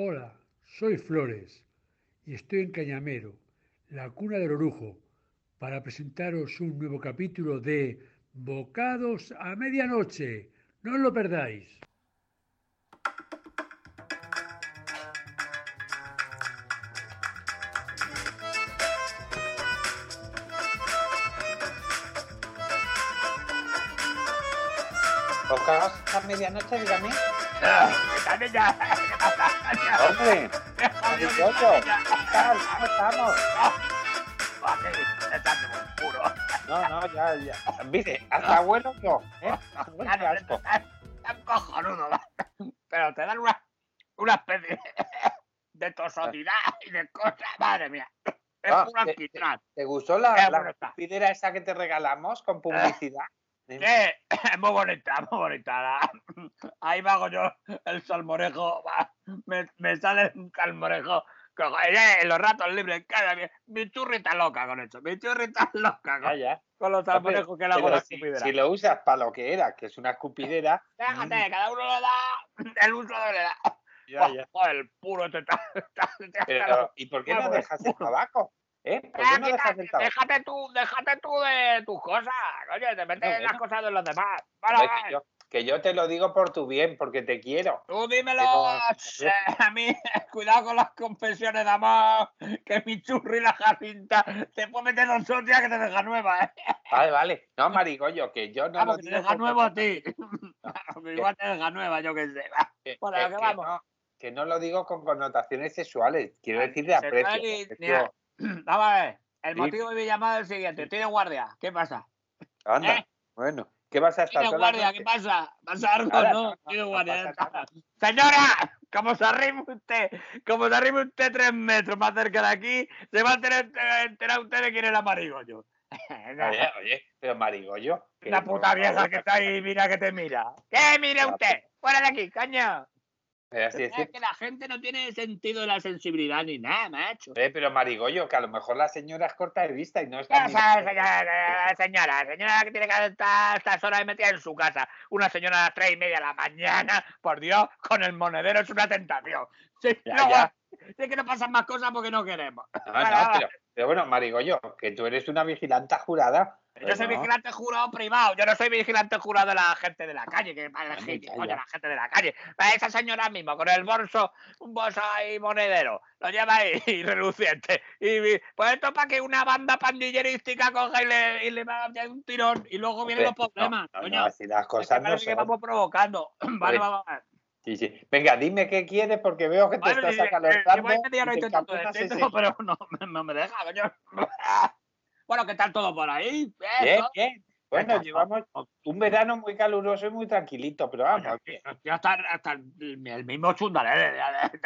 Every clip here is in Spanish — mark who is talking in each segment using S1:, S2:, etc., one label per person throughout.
S1: Hola, soy Flores y estoy en Cañamero, la cuna del orujo, para presentaros un nuevo capítulo de Bocados a Medianoche. No os lo perdáis.
S2: Bocados a medianoche, dígame.
S3: ¡Dale ya!
S2: ¡Hombre! ¡Delicioso! ¿Qué tal? ¿Cómo estamos? No, no, ya, ya. Mire,
S3: Ah.
S2: hasta abuelo yo, ¿eh? Abuelo de asco.
S3: ¡Están cojonudos! Pero te dan una, una especie de tosodidad y de cosas. Madre mía. Es
S2: Ah,
S3: pura
S2: te-
S3: alquitrán.
S2: ¿Te gustó la,
S3: Qué
S2: la
S3: Ah, bueno Ah. está.
S2: pidera esa que te regalamos con publicidad?
S3: Sí, es muy bonita, muy bonita. la- Ahí me hago yo el salmorejo. va, Me, me sale un salmorejo. cojo- En los ratos libres, cada vez. Mi churrita loca con esto. Mi churrita loca
S2: Ya,
S3: con,
S2: ya.
S3: con los salmorejos que le hago
S2: Pues Pero
S3: la
S2: si,
S3: escupidera.
S2: si lo usas para lo que era, que es una escupidera.
S3: Déjate, cada uno le da el uso de la.
S2: Mm. Ya, ya. Eh,
S3: el puro este te está. está- te está-
S2: Pero, ¿y por qué no dejas el tabaco? ¿Eh? ¿Por
S3: Ah,
S2: qué no dejas el
S3: quita-
S2: tabaco?
S3: déjate tú, déjate tú de tus cosas. Oye, te metes
S2: No,
S3: en las
S2: bueno.
S3: cosas de los demás.
S2: No,
S3: Vale,
S2: es que, yo, que yo te lo digo por tu bien, porque te quiero.
S3: Tú dímelo
S2: Pero-
S3: eh, a mí, cuidado con las confesiones de amor, que mi churri la jacinta te puede meter dos hostias que te deja nueva, ¿eh?
S2: Vale, vale. No, Marigollo, que yo no
S3: Vamos,
S2: lo
S3: que te
S2: digo
S3: deja
S2: por-
S3: nuevo a ti. Porque igual te deja nueva, yo qué sé. va.
S2: que-
S3: Bueno,
S2: que-
S3: ¿a qué
S2: que
S3: vamos?
S2: no, que no lo digo con connotaciones sexuales, quiero
S3: Ah,
S2: decir de aprecio.
S3: sexual y-
S2: aprecio.
S3: mira. Vamos a ver, el
S2: Sí.
S3: motivo de mi llamada es el siguiente. Tiene guardia, ¿qué pasa?
S2: Anda,
S3: ¿Eh?
S2: bueno. ¿Qué vas a estar
S3: Tiene
S2: toda la
S3: guardia, ¿qué
S2: noche?
S3: pasa? ¿Pasa algo,
S2: Nada,
S3: no?
S2: no, no,
S3: Tiene
S2: no
S3: guardia.
S2: pasa
S3: ya está.
S2: nada.
S3: Señora, como se arrime usted, como se arrime usted tres metros más cerca de aquí, se va a tener enterar usted de quién es la marigollo.
S2: Oye,
S3: La
S2: oye, pero Marigollo. que por
S3: puta vieja
S2: favor,
S3: que está ahí, mira que te mira. ¿Qué mira usted?
S2: pues.
S3: Fuera de aquí, coño.
S2: pero así
S3: Es
S2: decir,
S3: que la gente no tiene sentido de la sensibilidad ni nada, macho.
S2: eh, pero Marigollo, que a lo mejor la señora es corta de vista y no está.
S3: Ya
S2: ni-
S3: sabes, señora, eh, señora, señora que tiene que estar a estas horas metida en su casa. Una señora a las tres y media de la mañana, por Dios, con el monedero es una tentación. Sí,
S2: Ya,
S3: luego,
S2: ya.
S3: sí que no pasan más cosas porque no queremos.
S2: No,
S3: Vale,
S2: no,
S3: vale.
S2: pero, pero bueno, Marigollo, que tú eres una vigilante jurada.
S3: yo soy
S2: Bueno,
S3: vigilante jurado privado, yo no soy vigilante jurado de la gente de la calle, que para la
S2: Vale,
S3: gente,
S2: ya,
S3: coño,
S2: ya.
S3: la gente de la calle. Va Esa señora mismo, con el bolso, un bolso ahí monedero, lo lleva ahí y reluciente. Y y- pues esto para que una banda pandillerística coja y le, y le va a dar un tirón y luego vienen los
S2: hombre, no,
S3: problemas.
S2: no,
S3: coño.
S2: no, así las
S3: Es que
S2: cosas no
S3: parece que
S2: son.
S3: vamos provocando. Vale, vamos a ver.
S2: Sí, sí. Venga, dime qué quieres porque veo que te
S3: Vale,
S2: estás
S3: dice, eh,
S2: acalorando.
S3: llevo ahí media hora
S2: y te
S3: intentando
S2: encaminas
S3: decirlo,
S2: enseguida.
S3: pero no, me- no me deja, coño.
S2: Ah,
S3: Bueno, ¿qué tal todo por ahí? Eh,
S2: Bien,
S3: todo-
S2: bien. Bueno,
S3: Venga,
S2: llevamos un verano muy caluroso y muy tranquilito, pero
S3: Coño,
S2: vamos.
S3: sí, Ya está hasta el, el mismo chundaré de, de- de-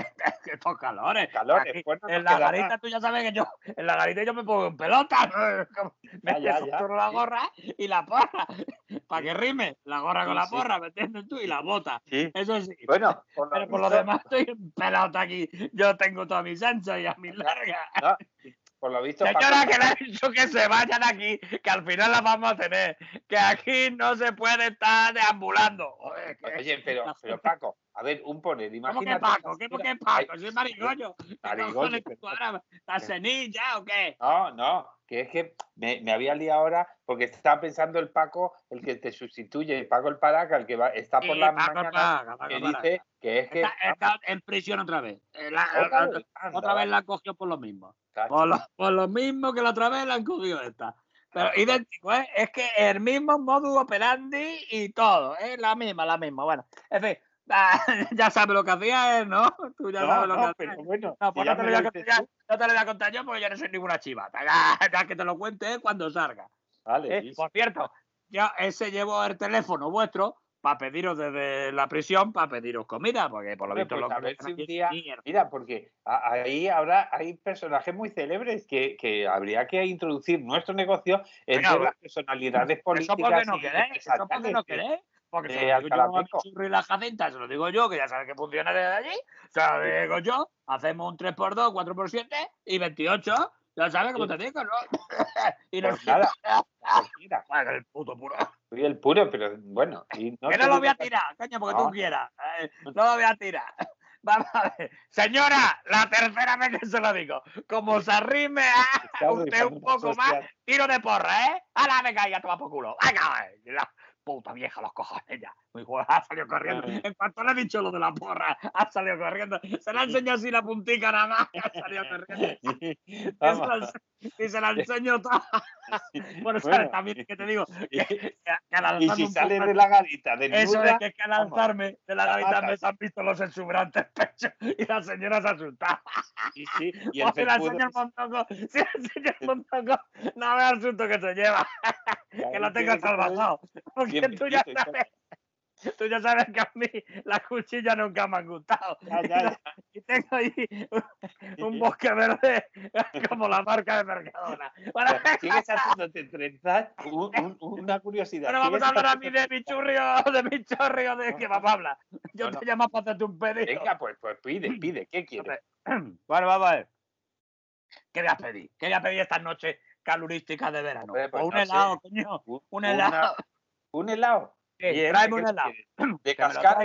S3: de- de estos calores.
S2: Calores,
S3: Aquí,
S2: bueno, nos
S3: en la
S2: queda
S3: garita tú ya sabes que yo, en la garita yo me pongo en pelota. como- Me
S2: Ya, ya, ya.
S3: desostro la gorra y la porra. Para que rime, la gorra
S2: Sí,
S3: con la
S2: sí.
S3: porra, ¿me entiendes tú? Y la bota.
S2: Sí.
S3: Eso sí.
S2: Bueno, por lo,
S3: Pero por lo
S2: visto-
S3: demás estoy en pelota aquí. Yo tengo toda mi anchas y a mi larga.
S2: no, por lo visto,
S3: Señora,
S2: Paco-
S3: que le he dicho que se vayan aquí, que al final la vamos a tener. Que aquí no se puede estar deambulando. Joder, que-
S2: Oye, pero, pero Paco, a ver, un poner,
S3: ¿Cómo que
S2: imagínate.
S3: Paco? ¿Qué,
S2: una
S3: ¿Por qué
S2: señora-
S3: Paco? ¿Soy marigollo? ¿Qué
S2: Marigollo,
S3: cojones
S2: pero-
S3: tú ahora? ¿Estás senil ya o qué?
S2: No, no, que es que me, me había liado ahora porque estaba pensando el Paco, el que te sustituye, el Paco el Paraca, el que va- está por
S3: Sí,
S2: la
S3: Paco,
S2: mañana,
S3: Paco, Paco,
S2: que
S3: Paco.
S2: dice que es que.
S3: Está, está en prisión otra vez. Eh, la-
S2: Otra
S3: la-
S2: vez, anda,
S3: otra vez
S2: va,
S3: la cogió por lo mismo.
S2: cacho.
S3: Por lo, por lo mismo que la otra vez la han cogido esta. Pero
S2: Ah,
S3: idéntico, ¿eh? Es que el mismo modus operandi y todo. Es la misma, la misma. Bueno, en fin, ya sabes lo que hacía, ¿eh? ¿no? Tú ya
S2: No,
S3: sabes lo que
S2: no,
S3: hacía.
S2: pero bueno.
S3: No,
S2: si
S3: pues
S2: ya
S3: no te,
S2: me
S3: lo voy a
S2: lo dices
S3: contar,
S2: tú,
S3: no te lo voy a contar yo porque yo no soy ninguna chivata. Ya, ya que te lo cuente ¿eh? cuando salga.
S2: Vale,
S3: Eh,
S2: sí,
S3: Por cierto, ya ese llevó el teléfono vuestro para pediros desde la prisión, para pediros comida, porque por lo
S2: Hombre,
S3: visto
S2: pues
S3: lo
S2: a
S3: que
S2: ver
S3: dejan
S2: si un
S3: aquí es
S2: día-
S3: mierda.
S2: Mira, porque a- ahí ahora hay personajes muy célebres que, que habría que introducir nuestro negocio entre
S3: Venga,
S2: las personalidades
S3: Eso
S2: políticas.
S3: porque no
S2: y
S3: queréis, eso porque no
S2: representantes.
S3: queréis. Porque se
S2: Eh,
S3: lo digo yo a mi
S2: Alcalapico.
S3: churro y la jacinta, se lo digo yo, que ya sabes que funciona desde allí, se lo digo yo, hacemos un 3x2, 4x7 y 28, ya sabes cómo te digo, ¿no? y nos
S2: Pues nada, pues mira,
S3: Madre, el puto puro.
S2: soy el puro, pero bueno. y no
S3: que
S2: te
S3: no lo
S2: digo
S3: voy a
S2: que-
S3: tirar, coño, porque
S2: No.
S3: tú quieras. eh, no lo voy a tirar. Vamos a ver. Señora, la tercera vez que se lo digo. Como se arrime a
S2: Está muy
S3: usted un
S2: famoso,
S3: poco más,
S2: hostia.
S3: tiro de porra, ¿eh? ¡Hala, venga, ya toma por culo! ¡Venga! eh. La puta vieja, los cojones ya. Mi hijo ha salido corriendo.
S2: Ay.
S3: En cuanto le he dicho lo de la porra, ha salido corriendo. Se la ha enseñado así la puntica nada más. Ha salido corriendo. Eso
S2: Vamos.
S3: es- y se la enseño toda. Bueno, ¿sabes?
S2: Bueno,
S3: también que te digo
S2: Y,
S3: que, que al
S2: y
S3: alzarme
S2: si
S3: un
S2: sale
S3: poco-
S2: de la garita
S3: eso de
S2: desnuda,
S3: que, es que al
S2: vamos,
S3: alzarme de la
S2: la
S3: garita me
S2: matas.
S3: se han visto los exuberantes pechos y la señora se asustaba.
S2: sí, sí, y
S3: Oh,
S2: el
S3: si la
S2: felpudo,
S3: enseña el montongo, si la enseña el montongo, no veas el susto que se lleva, que lo
S2: ahí tiene
S3: tengo
S2: que poner
S3: salvajado. Porque
S2: bien
S3: tú ya
S2: metido y
S3: sabes, tú ya sabes que a mí las cuchillas nunca me han gustado.
S2: Ya, ya, ya.
S3: Y tengo ahí un, un bosque verde como la marca de Mercadona. Bueno,
S2: Sigues haciéndote trenzas. Un- un- una curiosidad.
S3: Bueno, vamos
S2: sigues
S3: a hablar a mí
S2: haciéndote
S3: de mi churrio, de mi chorrio, de que vamos a hablar. Yo
S2: No,
S3: te llamo para hacerte un pedido.
S2: Venga, pues, pues pide, pide, ¿qué quieres?
S3: Bueno, vamos a ver. ¿Qué voy a pedir? ¿Qué voy a pedir estas noches calurísticas de verano?
S2: Hombre, pues
S3: o un
S2: no sé.
S3: helado, coño.
S2: Un,
S3: Un
S2: una-
S3: helado.
S2: un helado.
S3: Sí,
S2: ¿Y ese
S3: tráeme
S2: qué
S3: un helado.
S2: quieres? ¿De
S3: que me lo
S2: cascarrias?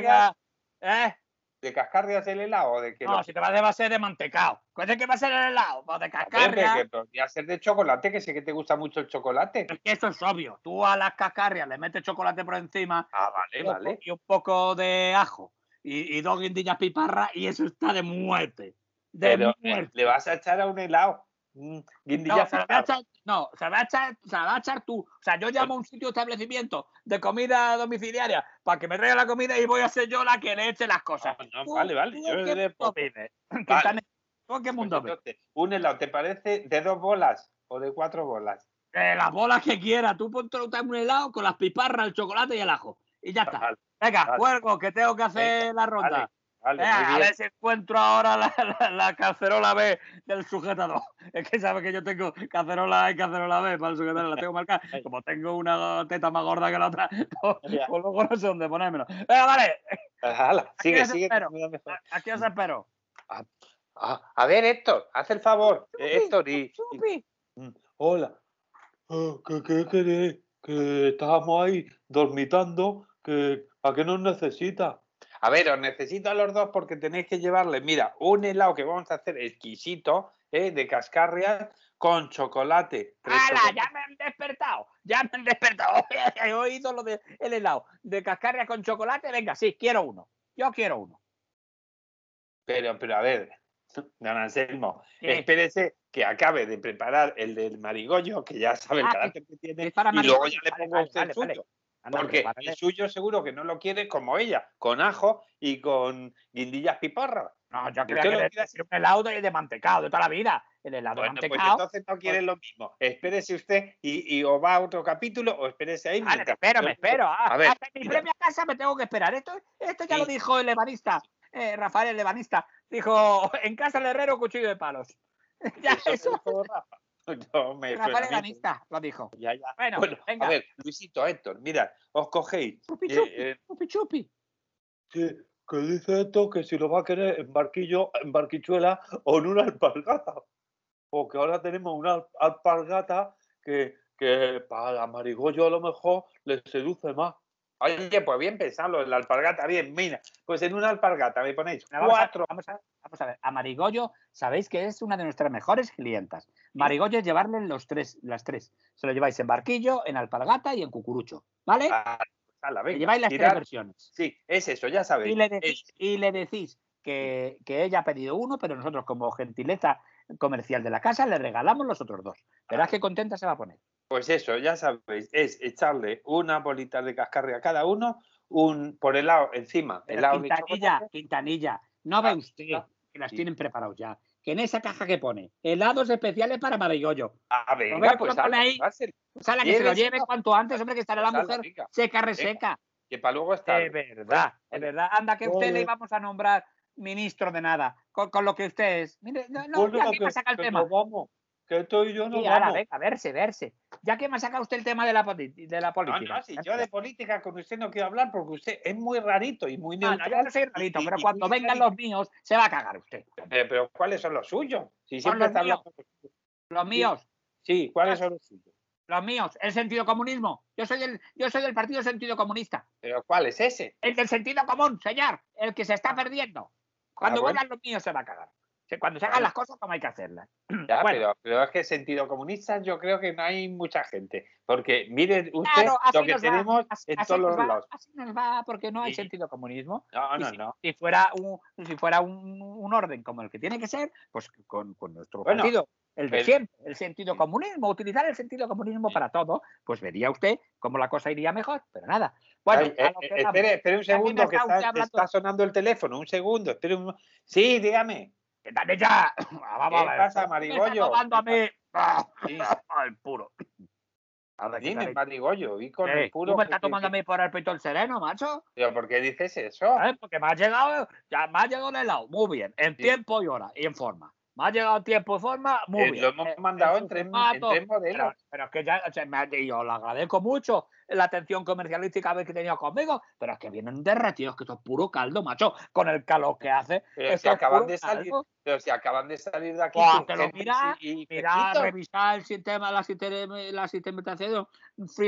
S3: traiga, ¿Eh?
S2: ¿De cascarrias el helado? o ¿De que
S3: No, si te vas a va a ser de mantecao. ¿Cuál es que va a ser el helado? Pues de cascarria.
S2: que podría ser de chocolate, que sé que te gusta mucho el chocolate.
S3: Es que eso es obvio. Tú a las cascarrias le metes chocolate por encima
S2: Ah, vale,
S3: y un
S2: vale.
S3: po- y un poco de ajo y, y dos guindillas piparras y eso está de muerte. De
S2: Pero
S3: muerte.
S2: le vas a echar a un helado. mm,
S3: No,
S2: Guindilla
S3: se la va a echar, no, se la va a echar, se la va a echar tú. O sea, yo llamo a un sitio establecimiento de comida domiciliaria para que me traiga la comida y voy a ser yo la que le eche las cosas.
S2: Ah, no,
S3: Tú-
S2: vale, vale,
S3: tú
S2: yo
S3: en
S2: le
S3: qué
S2: de
S3: mundo
S2: poco.
S3: vives,
S2: Vale,
S3: Quintana? ¿Tú en qué
S2: pues
S3: mundo vives?
S2: entonces, un helado, ¿te parece de dos bolas o de cuatro bolas?
S3: Eh, las bolas que quieras. Tú ponte un helado con las piparras, el chocolate y el ajo. Y ya está.
S2: Vale,
S3: Venga,
S2: vale.
S3: cuelgo, que tengo que hacer la ronda.
S2: vale, vale, muy
S3: Eh, a
S2: bien.
S3: ver si encuentro ahora la, la- la cacerola B del sujetador. Es que sabes que yo tengo cacerola A y cacerola B para el sujetador, la tengo marcada.
S2: Ay.
S3: Como tengo una teta más gorda que la otra, pues,
S2: Ya.
S3: pues luego no sé dónde ponérmelo. Venga, vale,
S2: Hala, sigue,
S3: quieres
S2: sigue. que
S3: espero?
S2: me da mejor.
S3: aquí os espero.
S2: Ah, a ver, Héctor, haz el favor.
S3: Chupi,
S2: eh, Héctor, y, y-
S3: Chupi.
S2: Hola.
S3: Ah,
S2: Eh, ¿Qué, qué queréis? Que estábamos ahí dormitando. Que, ¿A qué nos necesita? A ver, os necesito a los dos porque tenéis que llevarle, mira, un helado que vamos a hacer exquisito, eh, de cascarrias, con chocolate. tres
S3: ¡Hala!
S2: chocolates.
S3: Ya me han despertado, ya me han despertado. He oído lo del helado de cascarria con chocolate. Venga, sí, quiero uno. Yo quiero uno.
S2: Pero, pero a ver, don Anselmo,
S3: ¿Qué?
S2: espérese que acabe de preparar el del marigollo, que ya sabe el
S3: Ah,
S2: carácter que tiene,
S3: es para
S2: y luego
S3: marigollo.
S2: ya le
S3: Vale,
S2: pongo a
S3: vale,
S2: usted el
S3: vale, vale.
S2: suyo.
S3: Eh, Anda,
S2: Porque
S3: prepárate.
S2: el suyo seguro que no lo quiere como ella, con ajo y con guindillas piporras.
S3: No, yo
S2: ¿Usted
S3: creía que
S2: lo
S3: le
S2: quiere
S3: decir un helado de, de mantecado de toda la vida. El helado
S2: Bueno,
S3: de
S2: pues
S3: mantecado.
S2: entonces no quiere lo mismo. Espérese usted y, y o va a otro capítulo o espérese ahí.
S3: Vale, me
S2: mientras-
S3: espero, me espero. Ah,
S2: A ver,
S3: hasta mi
S2: mira.
S3: propia casa me tengo que esperar. Esto, esto ya
S2: Sí.
S3: lo dijo el ebanista, eh, Rafael el ebanista. Dijo, en casa del herrero, cuchillo de palos. ya
S2: Eso
S3: eso,
S2: me dijo Rafa. Yo me-
S3: Rafael el
S2: pues, a mí-
S3: ebanista lo dijo.
S2: ya, ya.
S3: Bueno,
S2: Bueno,
S3: venga.
S2: a ver, Luisito, Héctor, mirad, os cogéis.
S3: Chupi,
S2: eh,
S3: chupi,
S2: eh,
S3: chupi, chupi.
S4: Sí, que dice esto que si lo va a querer en barquillo, en barquichuela o en una alpargata. Porque ahora tenemos una al- alpargata que, que para Marigollo a lo mejor le seduce más.
S2: Oye, pues bien pensarlo, en la alpargata, bien, mira, pues en una alpargata me ponéis
S3: Mira, vamos a-
S2: cuatro.
S3: Vamos a, vamos a ver, a Marigollo, sabéis que es una de nuestras mejores clientas. Marigollo es llevarle los tres, las tres. Se lo lleváis en barquillo, en alpargata y en cucurucho. ¿Vale?
S2: Ah, pues, ala,
S3: Le
S2: venga,
S3: lleváis las tres
S2: tirad.
S3: versiones.
S2: Sí, es eso, ya sabéis.
S3: y le
S2: Pues Es-
S3: decís, y le decís que, que ella ha pedido uno, pero nosotros, como gentileza comercial de la casa, le regalamos los otros dos. Verás qué contenta se va a poner.
S2: pues eso, ya sabéis, es echarle una bolita de cascarre a cada uno, un por el lado encima, el lado de
S3: Quintanilla,
S2: chocolate.
S3: Quintanilla, no ve
S2: Ah,
S3: usted
S2: ah,
S3: que las
S2: sí.
S3: tienen preparados ya. Que en esa caja que pone, helados especiales para Marigollo.
S2: Ah, venga,
S3: Roberto,
S2: pues
S3: ponle
S2: ala,
S3: ahí.
S2: dárselo,
S3: O sea, la que se lo
S2: Lléveselo.
S3: lleve cuanto antes, hombre, que estará la
S2: ala,
S3: mujer
S2: venga,
S3: seca, reseca.
S2: que para luego está.
S3: Es verdad, es verdad. Anda, que usted le íbamos a nombrar ministro de nada, con, con lo que usted es. Mire, no, no,
S4: Vuelve
S3: ya
S4: a
S3: que me saca el
S2: pues,
S4: que
S3: tema.
S4: nos vamos, que esto y yo nos
S3: Sí, ahora,
S4: vamos.
S3: venga, verse, verse. Ya que me ha sacado usted el tema de la, poli- de la
S2: No,
S3: política.
S2: no, si yo de política con usted no quiero hablar porque usted es muy rarito y muy
S3: Ah, No, no, yo
S2: neutral.
S3: no soy rarito,
S2: y-
S3: pero
S2: y-
S3: cuando
S2: y-
S3: vengan los míos, se va a cagar usted.
S2: Pero, pero ¿cuáles son los suyos? Si
S3: Son
S2: siempre
S3: los
S2: está
S3: míos. Ah.
S2: hablando-
S3: Los míos,
S2: Sí, ¿cuáles son los suyos?
S3: los míos, el sentido comunismo. Yo soy del, yo soy del partido sentido comunista.
S2: Pero ¿cuál es ese?
S3: El del sentido común, señor, el que se está perdiendo. Cuando
S2: Ah, bueno.
S3: vayan los míos se va a cagar. Que Cuando se hagan
S2: Vale.
S3: las cosas como hay que hacerlas.
S2: Ah, Ya,
S3: Bueno.
S2: pero, pero es que sentido comunista yo creo que no hay mucha gente. Porque mire usted
S3: Claro, así
S2: lo que
S3: nos va,
S2: tenemos
S3: así-
S2: en
S3: así
S2: todos
S3: nos
S2: los
S3: va,
S2: lados.
S3: Así nos va porque no hay
S2: Y-
S3: sentido comunismo.
S2: No,
S3: Y
S2: no,
S3: sí.
S2: no.
S3: Si fuera un, si fuera un, un orden como el que tiene que ser, pues con, con nuestro
S2: Bueno,
S3: partido, el de
S2: pero-
S3: siempre, el sentido comunismo, utilizar el sentido comunismo para todo, pues vería usted cómo la cosa iría mejor, pero nada. Bueno,
S2: Ay,
S3: a
S2: eh,
S3: lo que
S2: eh,
S3: vamos.
S2: espere, espere un
S3: Que a mí me
S2: segundo,
S3: está
S2: que
S3: usted
S2: está,
S3: hablando.
S2: está sonando el teléfono. Un segundo, espere un... Sí, dígame.
S3: ¡Que dale ya! Vamos a
S2: ¿Qué pasa,
S3: ver. ¿Qué me está
S2: Marigollo?
S3: tomando a mí? Ah,
S2: Sí,
S3: el puro. A ver, ¿qué
S2: dime,
S3: tal?
S2: Marigollo, y con
S3: Eh,
S2: el puro...
S3: ¿Tú me
S2: que-
S3: estás
S2: que-
S3: tomando a mí por el pitón sereno, macho?
S2: Pero, ¿por qué dices eso?
S3: ¿Eh? Porque me ha llegado, ya me ha llegado el helado, muy bien, en
S2: Sí.
S3: tiempo y hora, y en forma. Me ha llegado en tiempo y forma, muy
S2: Eh,
S3: bien.
S2: lo hemos
S3: Eh,
S2: mandado
S3: su
S2: en tres, en
S3: formato,
S2: tres modelos.
S3: pero, pero es que ya, o sea, me ha- yo lo agradezco mucho la atención comercialística que tenido conmigo, pero es que vienen derretidos, que esto es puro caldo, macho, con el calor que hace.
S2: Pero si
S3: esto es
S2: acaban
S3: puro
S2: de salir-
S3: caldo.
S2: Pero si acaban de salir de aquí...
S3: Buah,
S2: tus
S3: que lo
S2: genes
S3: mira,
S2: y- y
S3: Mirá,
S2: pechitos.
S3: revisar el sistema, la, sistem- la sistematización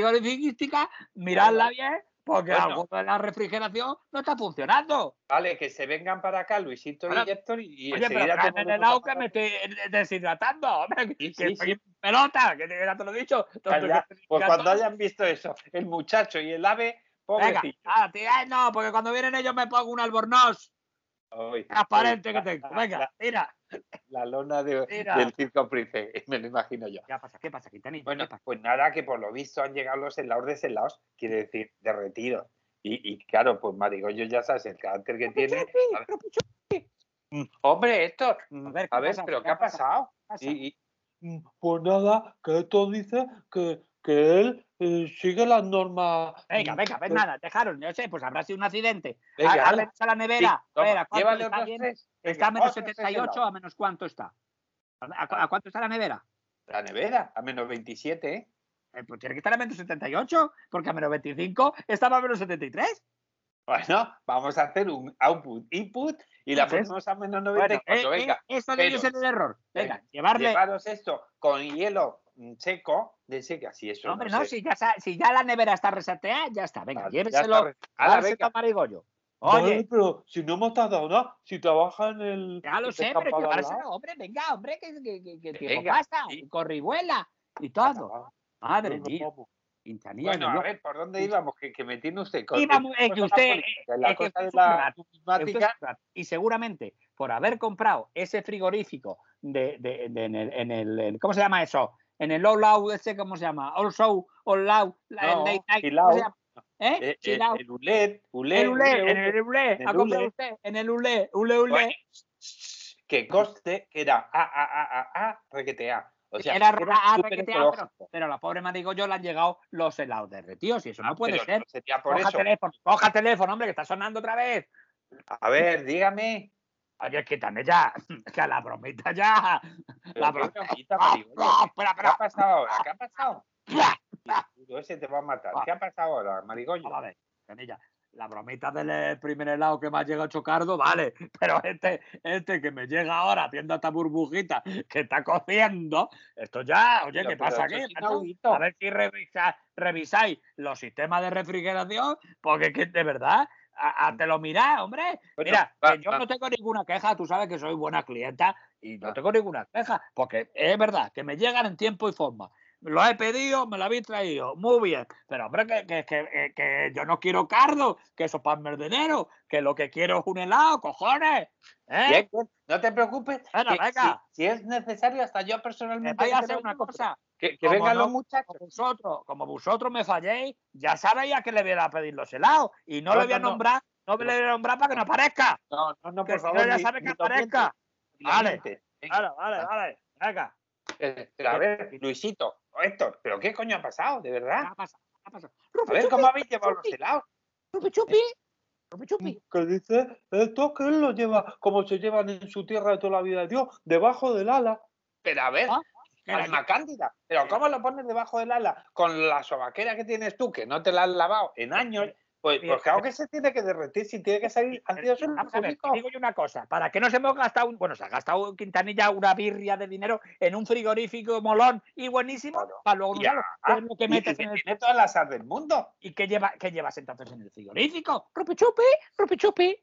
S3: frigorífica, miradla bien, porque
S2: Bueno.
S3: algo de la refrigeración no está funcionando.
S2: Vale, que se vengan para acá Luisito
S3: Ahora-
S2: y Héctor y, y
S3: Oye, pero
S2: enseguida
S3: dame
S2: te
S3: el helado que me estoy deshidratando. hombre,
S2: Sí,
S3: que
S2: sí,
S3: estoy en pelota, que ya te lo he dicho. Entonces,
S2: Ya,
S3: que estoy
S2: Pues
S3: gastando.
S2: cuando hayan visto eso, el muchacho y el ave,
S3: Venga,
S2: pobrecito.
S3: ahora, tira, ah, no, porque cuando vienen ellos me pongo un albornoz
S2: Ay,
S3: transparente
S2: ay,
S3: que
S2: la-
S3: tengo.
S2: la-
S3: Venga,
S2: La,
S3: tira.
S2: la lona de-
S3: Mira.
S2: del circo Price, me lo imagino yo.
S3: Ya pasa, ¿qué pasa, Quintanilla?
S2: Bueno,
S3: ¿Qué pasa?
S2: pues nada, que por lo visto han llegado los helados deshelados, quiere decir derretidos. Y, y claro, pues Marigollo ya sabes el carácter que tiene. A ver- Mm, Hombre, Héctor, mm,
S3: A ver, ¿qué
S2: a ver,
S3: pasa?
S2: pero
S3: ¿Qué
S2: ¿qué
S3: ha
S2: ha pasado?
S3: Pasa.
S2: Y- y-
S4: Mm, Pues nada, que esto dice que, que él eh, sigue las normas.
S3: Venga,
S4: mm,
S3: venga, pues
S4: que-
S3: nada, dejaron, yo sé, pues habrá sido un accidente.
S2: Venga,
S3: a, a
S2: hala.
S3: ver, a la nevera.
S2: sí, toma,
S3: Espera, ¿cuánto
S2: llévale
S3: está,
S2: otros
S3: bien?
S2: tres.
S3: ¿Está a
S2: Venga,
S3: menos
S2: otros tres
S3: 78
S2: helados.
S3: a menos cuánto está? ¿A, a- a cuánto está la nevera?
S2: La nevera, a menos 27, ¿eh?
S3: Eh, pues tiene que estar a menos 78, porque a menos 25 estaba a menos 73.
S2: Bueno, vamos a hacer un output input y la
S3: Eso es.
S2: ponemos a menos
S3: Bueno,
S2: 94.
S3: eh,
S2: venga,
S3: eh, eso debe
S2: pero-
S3: ser el error. Venga,
S2: venga,
S3: llevarle.
S2: llevaros esto con hielo mm, seco, de seca, si eso.
S3: No, hombre,
S2: no
S3: no,
S2: sé.
S3: si, ya, sa- si ya la nevera está reseteada, ya está. Venga,
S2: Vale, Ah, ya está
S3: lléveselo
S2: re-
S3: a
S2: Ala,
S3: dárselo
S2: venga.
S3: a Marigollo.
S4: Vale,
S3: Oye,
S4: pero si no hemos tardado nada, si trabaja en el.
S3: ya lo
S4: este
S3: sé,
S4: campo
S3: pero
S4: de al
S3: llevárselo,
S4: lado.
S3: hombre, venga, hombre, que, que, que- que el tiempo
S2: Venga,
S3: pasa,
S2: sí.
S3: y corre y vuela, y todo.
S2: Venga,
S3: Madre
S4: Venga,
S3: mía,
S4: vamos.
S3: Quintanilla.
S2: Bueno,
S3: me
S2: a
S3: dio-
S2: ver, ¿por dónde íbamos? Que, que me tiene usted con
S3: Íbamos, es
S2: con
S3: que
S2: la
S3: usted-
S2: política, en la
S3: es que
S2: cosa de
S3: usted es un
S2: la
S3: rato, Entonces,
S2: climática.
S3: y seguramente por haber comprado ese frigorífico de, de- de- en, el, en el- en- ¿Cómo se llama eso? En el All Loud, ese, ¿cómo se llama? All Show, All Loud, la- el
S2: No,
S3: Late Night,
S2: Chill
S3: ¿cómo se
S2: Out.
S3: llama? ¿Eh?
S2: eh, eh,
S3: Chill out.
S2: el ULED, ULED,
S3: El
S2: ULED,
S3: Ule, en el Ule,
S2: en el
S3: ha comprado
S2: Ule.
S3: usted, en el Ule, Ule, Ule.
S2: Bueno, que coste que era A, A, A, A, A, requete A. O sea,
S3: Era A, A,
S2: súper
S3: requete A,
S2: ecológico.
S3: Pero a la pobre Marigollo le han llegado los helados derretidos y eso no puede
S2: Ah, Pero
S3: ser.
S2: no sería por
S3: coja
S2: eso.
S3: teléfono, coja teléfono, hombre, que está sonando otra vez.
S2: A ver, dígame.
S3: Oye, quítame ya, que a la bromita ya. La
S2: Pero
S3: broma.
S2: qué bromita, Marigollo.
S3: Ah, espera,
S2: ¿Qué ha
S3: espera.
S2: pasado ahora? ¿Qué ha pasado?
S3: Ah,
S2: Digo, Ese te va a matar. ¿Qué ha pasado ahora, Marigollo?
S3: A ver, Canilla, la bromita del eh, primer helado que me ha llegado chocardo, vale, pero este, este que me llega ahora haciendo esta burbujita que está cociendo, esto ya, oye,
S2: Pero-
S3: ¿qué
S2: pero eso
S3: pasa aquí?
S2: es
S3: macho?
S2: inaudito.
S3: A ver si revisa- revisáis los sistemas de refrigeración, porque es que de verdad, a, a- te lo mirá, hombre.
S2: Bueno,
S3: Mira,
S2: Pues va,
S3: que yo
S2: va.
S3: no tengo ninguna queja, tú sabes que soy buena clienta y no
S2: Va.
S3: tengo ninguna queja, porque es verdad que me llegan en tiempo y forma. Lo he pedido, me lo habéis traído. Muy bien. Pero, hombre, que, que, que, eh, que yo no quiero cardo, que eso es pan merdenero, que lo que quiero es un helado, cojones. ¿Eh?
S2: Bien, bien. No te preocupes.
S3: Bueno,
S2: que
S3: venga.
S2: Si, si es necesario, hasta yo
S3: Me
S2: personalmente.
S3: vais a
S2: te
S3: hacer
S2: lo
S3: una
S2: compro.
S3: cosa.
S2: Que, que
S3: Como
S2: vengan
S3: no-
S2: los muchachos.
S3: Como vosotros, como vosotros me falléis, ya sabéis a qué le voy a pedir los helados. Y no,
S2: No,
S3: le voy a
S2: no, no.
S3: nombrar, no, le voy a nombrar para que no aparezca.
S2: No, no, no,
S3: Que
S2: por
S3: si no,
S2: favor.
S3: ya
S2: ni-
S3: sabe que
S2: ni lo mientes,
S3: aparezca.
S2: ni lo
S3: Vale.
S2: mientes. Venga.
S3: Vale, vale, vale. Venga.
S2: Eh, pero a ver, Luisito, Héctor, ¿pero qué coño ha pasado? ¿De verdad?
S3: Ya pasa, ya pasa.
S2: A ver, ¿cómo habéis llevado los helados?
S3: Chupi, chupi. Chupi, chupi.
S2: Mm.
S4: Que dice esto que él lo lleva como se llevan en su tierra de toda la vida de Dios, debajo del ala.
S2: Pero a ver,
S3: Ah,
S2: alma cándida, ¿pero cómo lo pones debajo del ala? Con la sobaquera que tienes tú, que no te la has lavado en años, pues,
S3: Mira,
S2: pues claro que se tiene que derretir, si tiene que salir antes de
S3: Vamos a ver, te digo yo una cosa, para que no se hemos gastado, un- bueno, se ha gastado Quintanilla una birria de dinero en un frigorífico molón y buenísimo,
S2: Claro.
S3: para luego no
S2: Ya. Ah,
S3: usarlo, que es lo que
S2: y que
S3: metes en el
S2: tiene todas las sal del mundo.
S3: y qué lleva, qué llevas entonces en el frigorífico, rupi chupi, rupi chupi.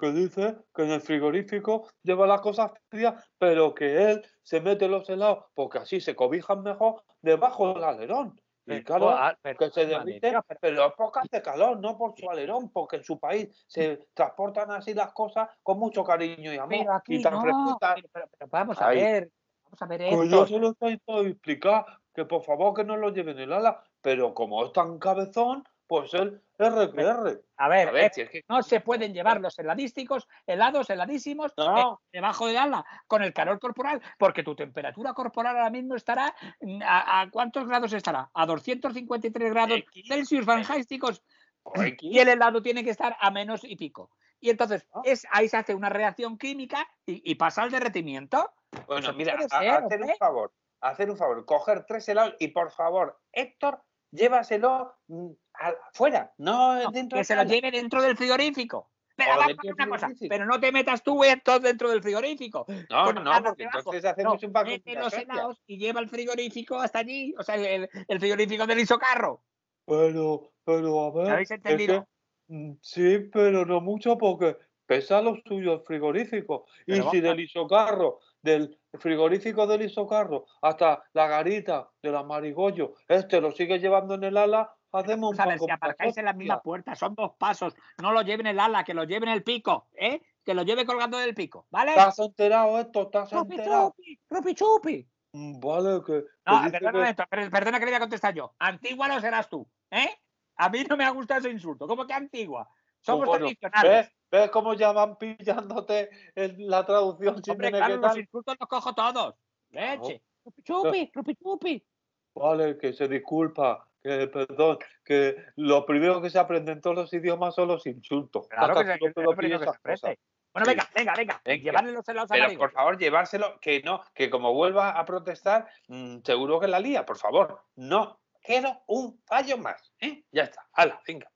S2: que dice que en el frigorífico lleva las cosas frías, pero que él se mete los helados porque así se cobijan mejor debajo del alerón. Y claro,
S5: Ah, pero-
S2: que se
S5: madre
S2: derriten, pero es por que hace calor, no por su alerón, porque en su país se transportan así las cosas con mucho cariño y amor
S3: Pero aquí
S2: y tan
S3: no,
S2: fresquitas.
S3: pero, pero- pero vamos a
S2: Ay.
S3: ver, vamos a ver
S2: Pues yo
S3: esto.
S2: se lo he intentado explicar, que por favor que no lo lleven el ala, pero como es tan cabezón, pues él RQR.
S3: A ver,
S5: A ver,
S3: eh,
S5: si es que-
S3: no se pueden llevar los heladísticos, helados, heladísimos,
S2: No.
S3: eh, debajo del ala, con el calor corporal, porque tu temperatura corporal ahora mismo estará, mm, ¿a, a cuántos grados estará? A 253 grados
S5: X.
S3: Celsius fantásticos,
S5: Joder,
S3: y el helado tiene que estar a menos y pico. Y entonces
S5: Ah.
S3: es, ahí se hace una reacción química y, y pasa el derretimiento.
S5: Bueno,
S3: Eso
S5: mira,
S3: puede
S5: a-
S3: ser,
S5: a hacer un
S3: hombre.
S5: favor, a hacer un favor, coger tres helados y por favor, Héctor, llévaselo mm, a- fuera, no,
S3: No,
S5: dentro
S3: que
S5: del
S3: se lo
S5: ala.
S3: lleve dentro del frigorífico. Pero,
S5: O
S3: vamos a
S5: dentro
S3: hacer
S5: del
S3: una cosa,
S5: frigorífico.
S3: pero no te metas tú, Héctor, dentro del frigorífico.
S5: No,
S3: con
S5: no,
S3: helados
S5: porque
S3: debajo.
S5: entonces hacemos
S3: No,
S5: un pack
S3: mete los helados y lleva el frigorífico hasta allí, o sea, el, el- el frigorífico del isocarro.
S2: Pero, pero a ver.
S3: ¿Lo habéis
S2: es
S3: entendido?
S2: que, mm, sí, pero no mucho porque pesa lo suyo el frigorífico. Y
S3: Pero
S2: si
S3: vamos a-
S2: del isocarro, del frigorífico del isocarro hasta la garita de la marigollo, este lo sigue llevando en el ala, hacemos un
S3: Vamos a ver,
S2: poco
S3: si aparcáis en la misma
S2: pasote.
S3: puerta, son dos pasos, no lo lleven el ala, que lo lleven el pico, ¿eh? Que lo lleve colgando del pico, ¿vale?
S2: ¿Te has enterado esto? ¿Estás
S3: Rupi
S2: enterado?
S3: chupi, rupi chupi.
S2: Mm, Vale, que. que
S3: No,
S2: dice
S3: perdona,
S2: que-
S3: Héctor, per- perdona que le voy a contestar yo. Antigua lo serás tú, ¿eh? A mí no me ha gustado ese insulto. ¿Cómo que antigua? Somos
S2: Pues Bueno,
S3: tradicionales.
S2: ¿Ves? ¿Ves cómo ya van pillándote en la traducción sin
S3: Hombre,
S2: tener
S3: claro,
S2: que
S3: los
S2: tal?
S3: insultos los cojo todos. Leche. Rupi chupi, rupi chupi.
S2: Vale, que se disculpa, que perdón, que lo primero que se aprende en todos los idiomas son los insultos.
S3: Claro que
S2: Hasta
S3: se,
S2: que no te
S3: claro
S2: lo
S3: que
S2: pilles
S3: se
S2: esas
S3: exprese.
S2: cosas.
S3: Bueno,
S5: Sí.
S3: venga, venga, venga.
S5: Venga.
S3: Llevarle los helados a
S5: Pero
S3: Marigo.
S5: por favor, llevárselo, que no, que como vuelva a protestar, mm, seguro que la lía, por favor. No, quiero un fallo más. ¿eh? Ya está, hala, venga.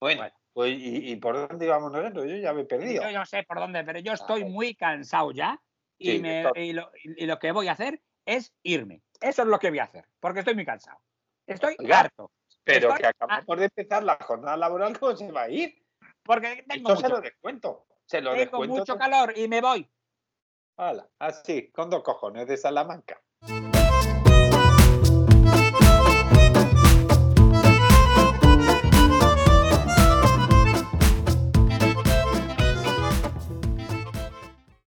S5: Bueno,
S3: Bueno.
S5: pues ¿y, y por dónde íbamos nosotros? Yo ya me he perdido.
S3: Yo no sé por dónde, pero yo estoy
S5: vale.
S3: muy cansado ya. Y,
S5: Ah, Sí,
S3: me-
S5: está-
S3: y lo, y lo que voy a hacer es irme. Eso es lo que voy a hacer, porque estoy muy cansado. Estoy
S5: Oiga,
S3: harto.
S5: Pero
S3: estoy-
S5: que acabamos de empezar la jornada laboral, ¿cómo se va a ir?
S3: Porque tengo
S5: Esto se lo
S3: mucho,
S5: descuento. Se lo
S3: tengo
S5: descuento.
S3: mucho calor y me voy.
S5: Hala, así, con dos cojones de Salamanca.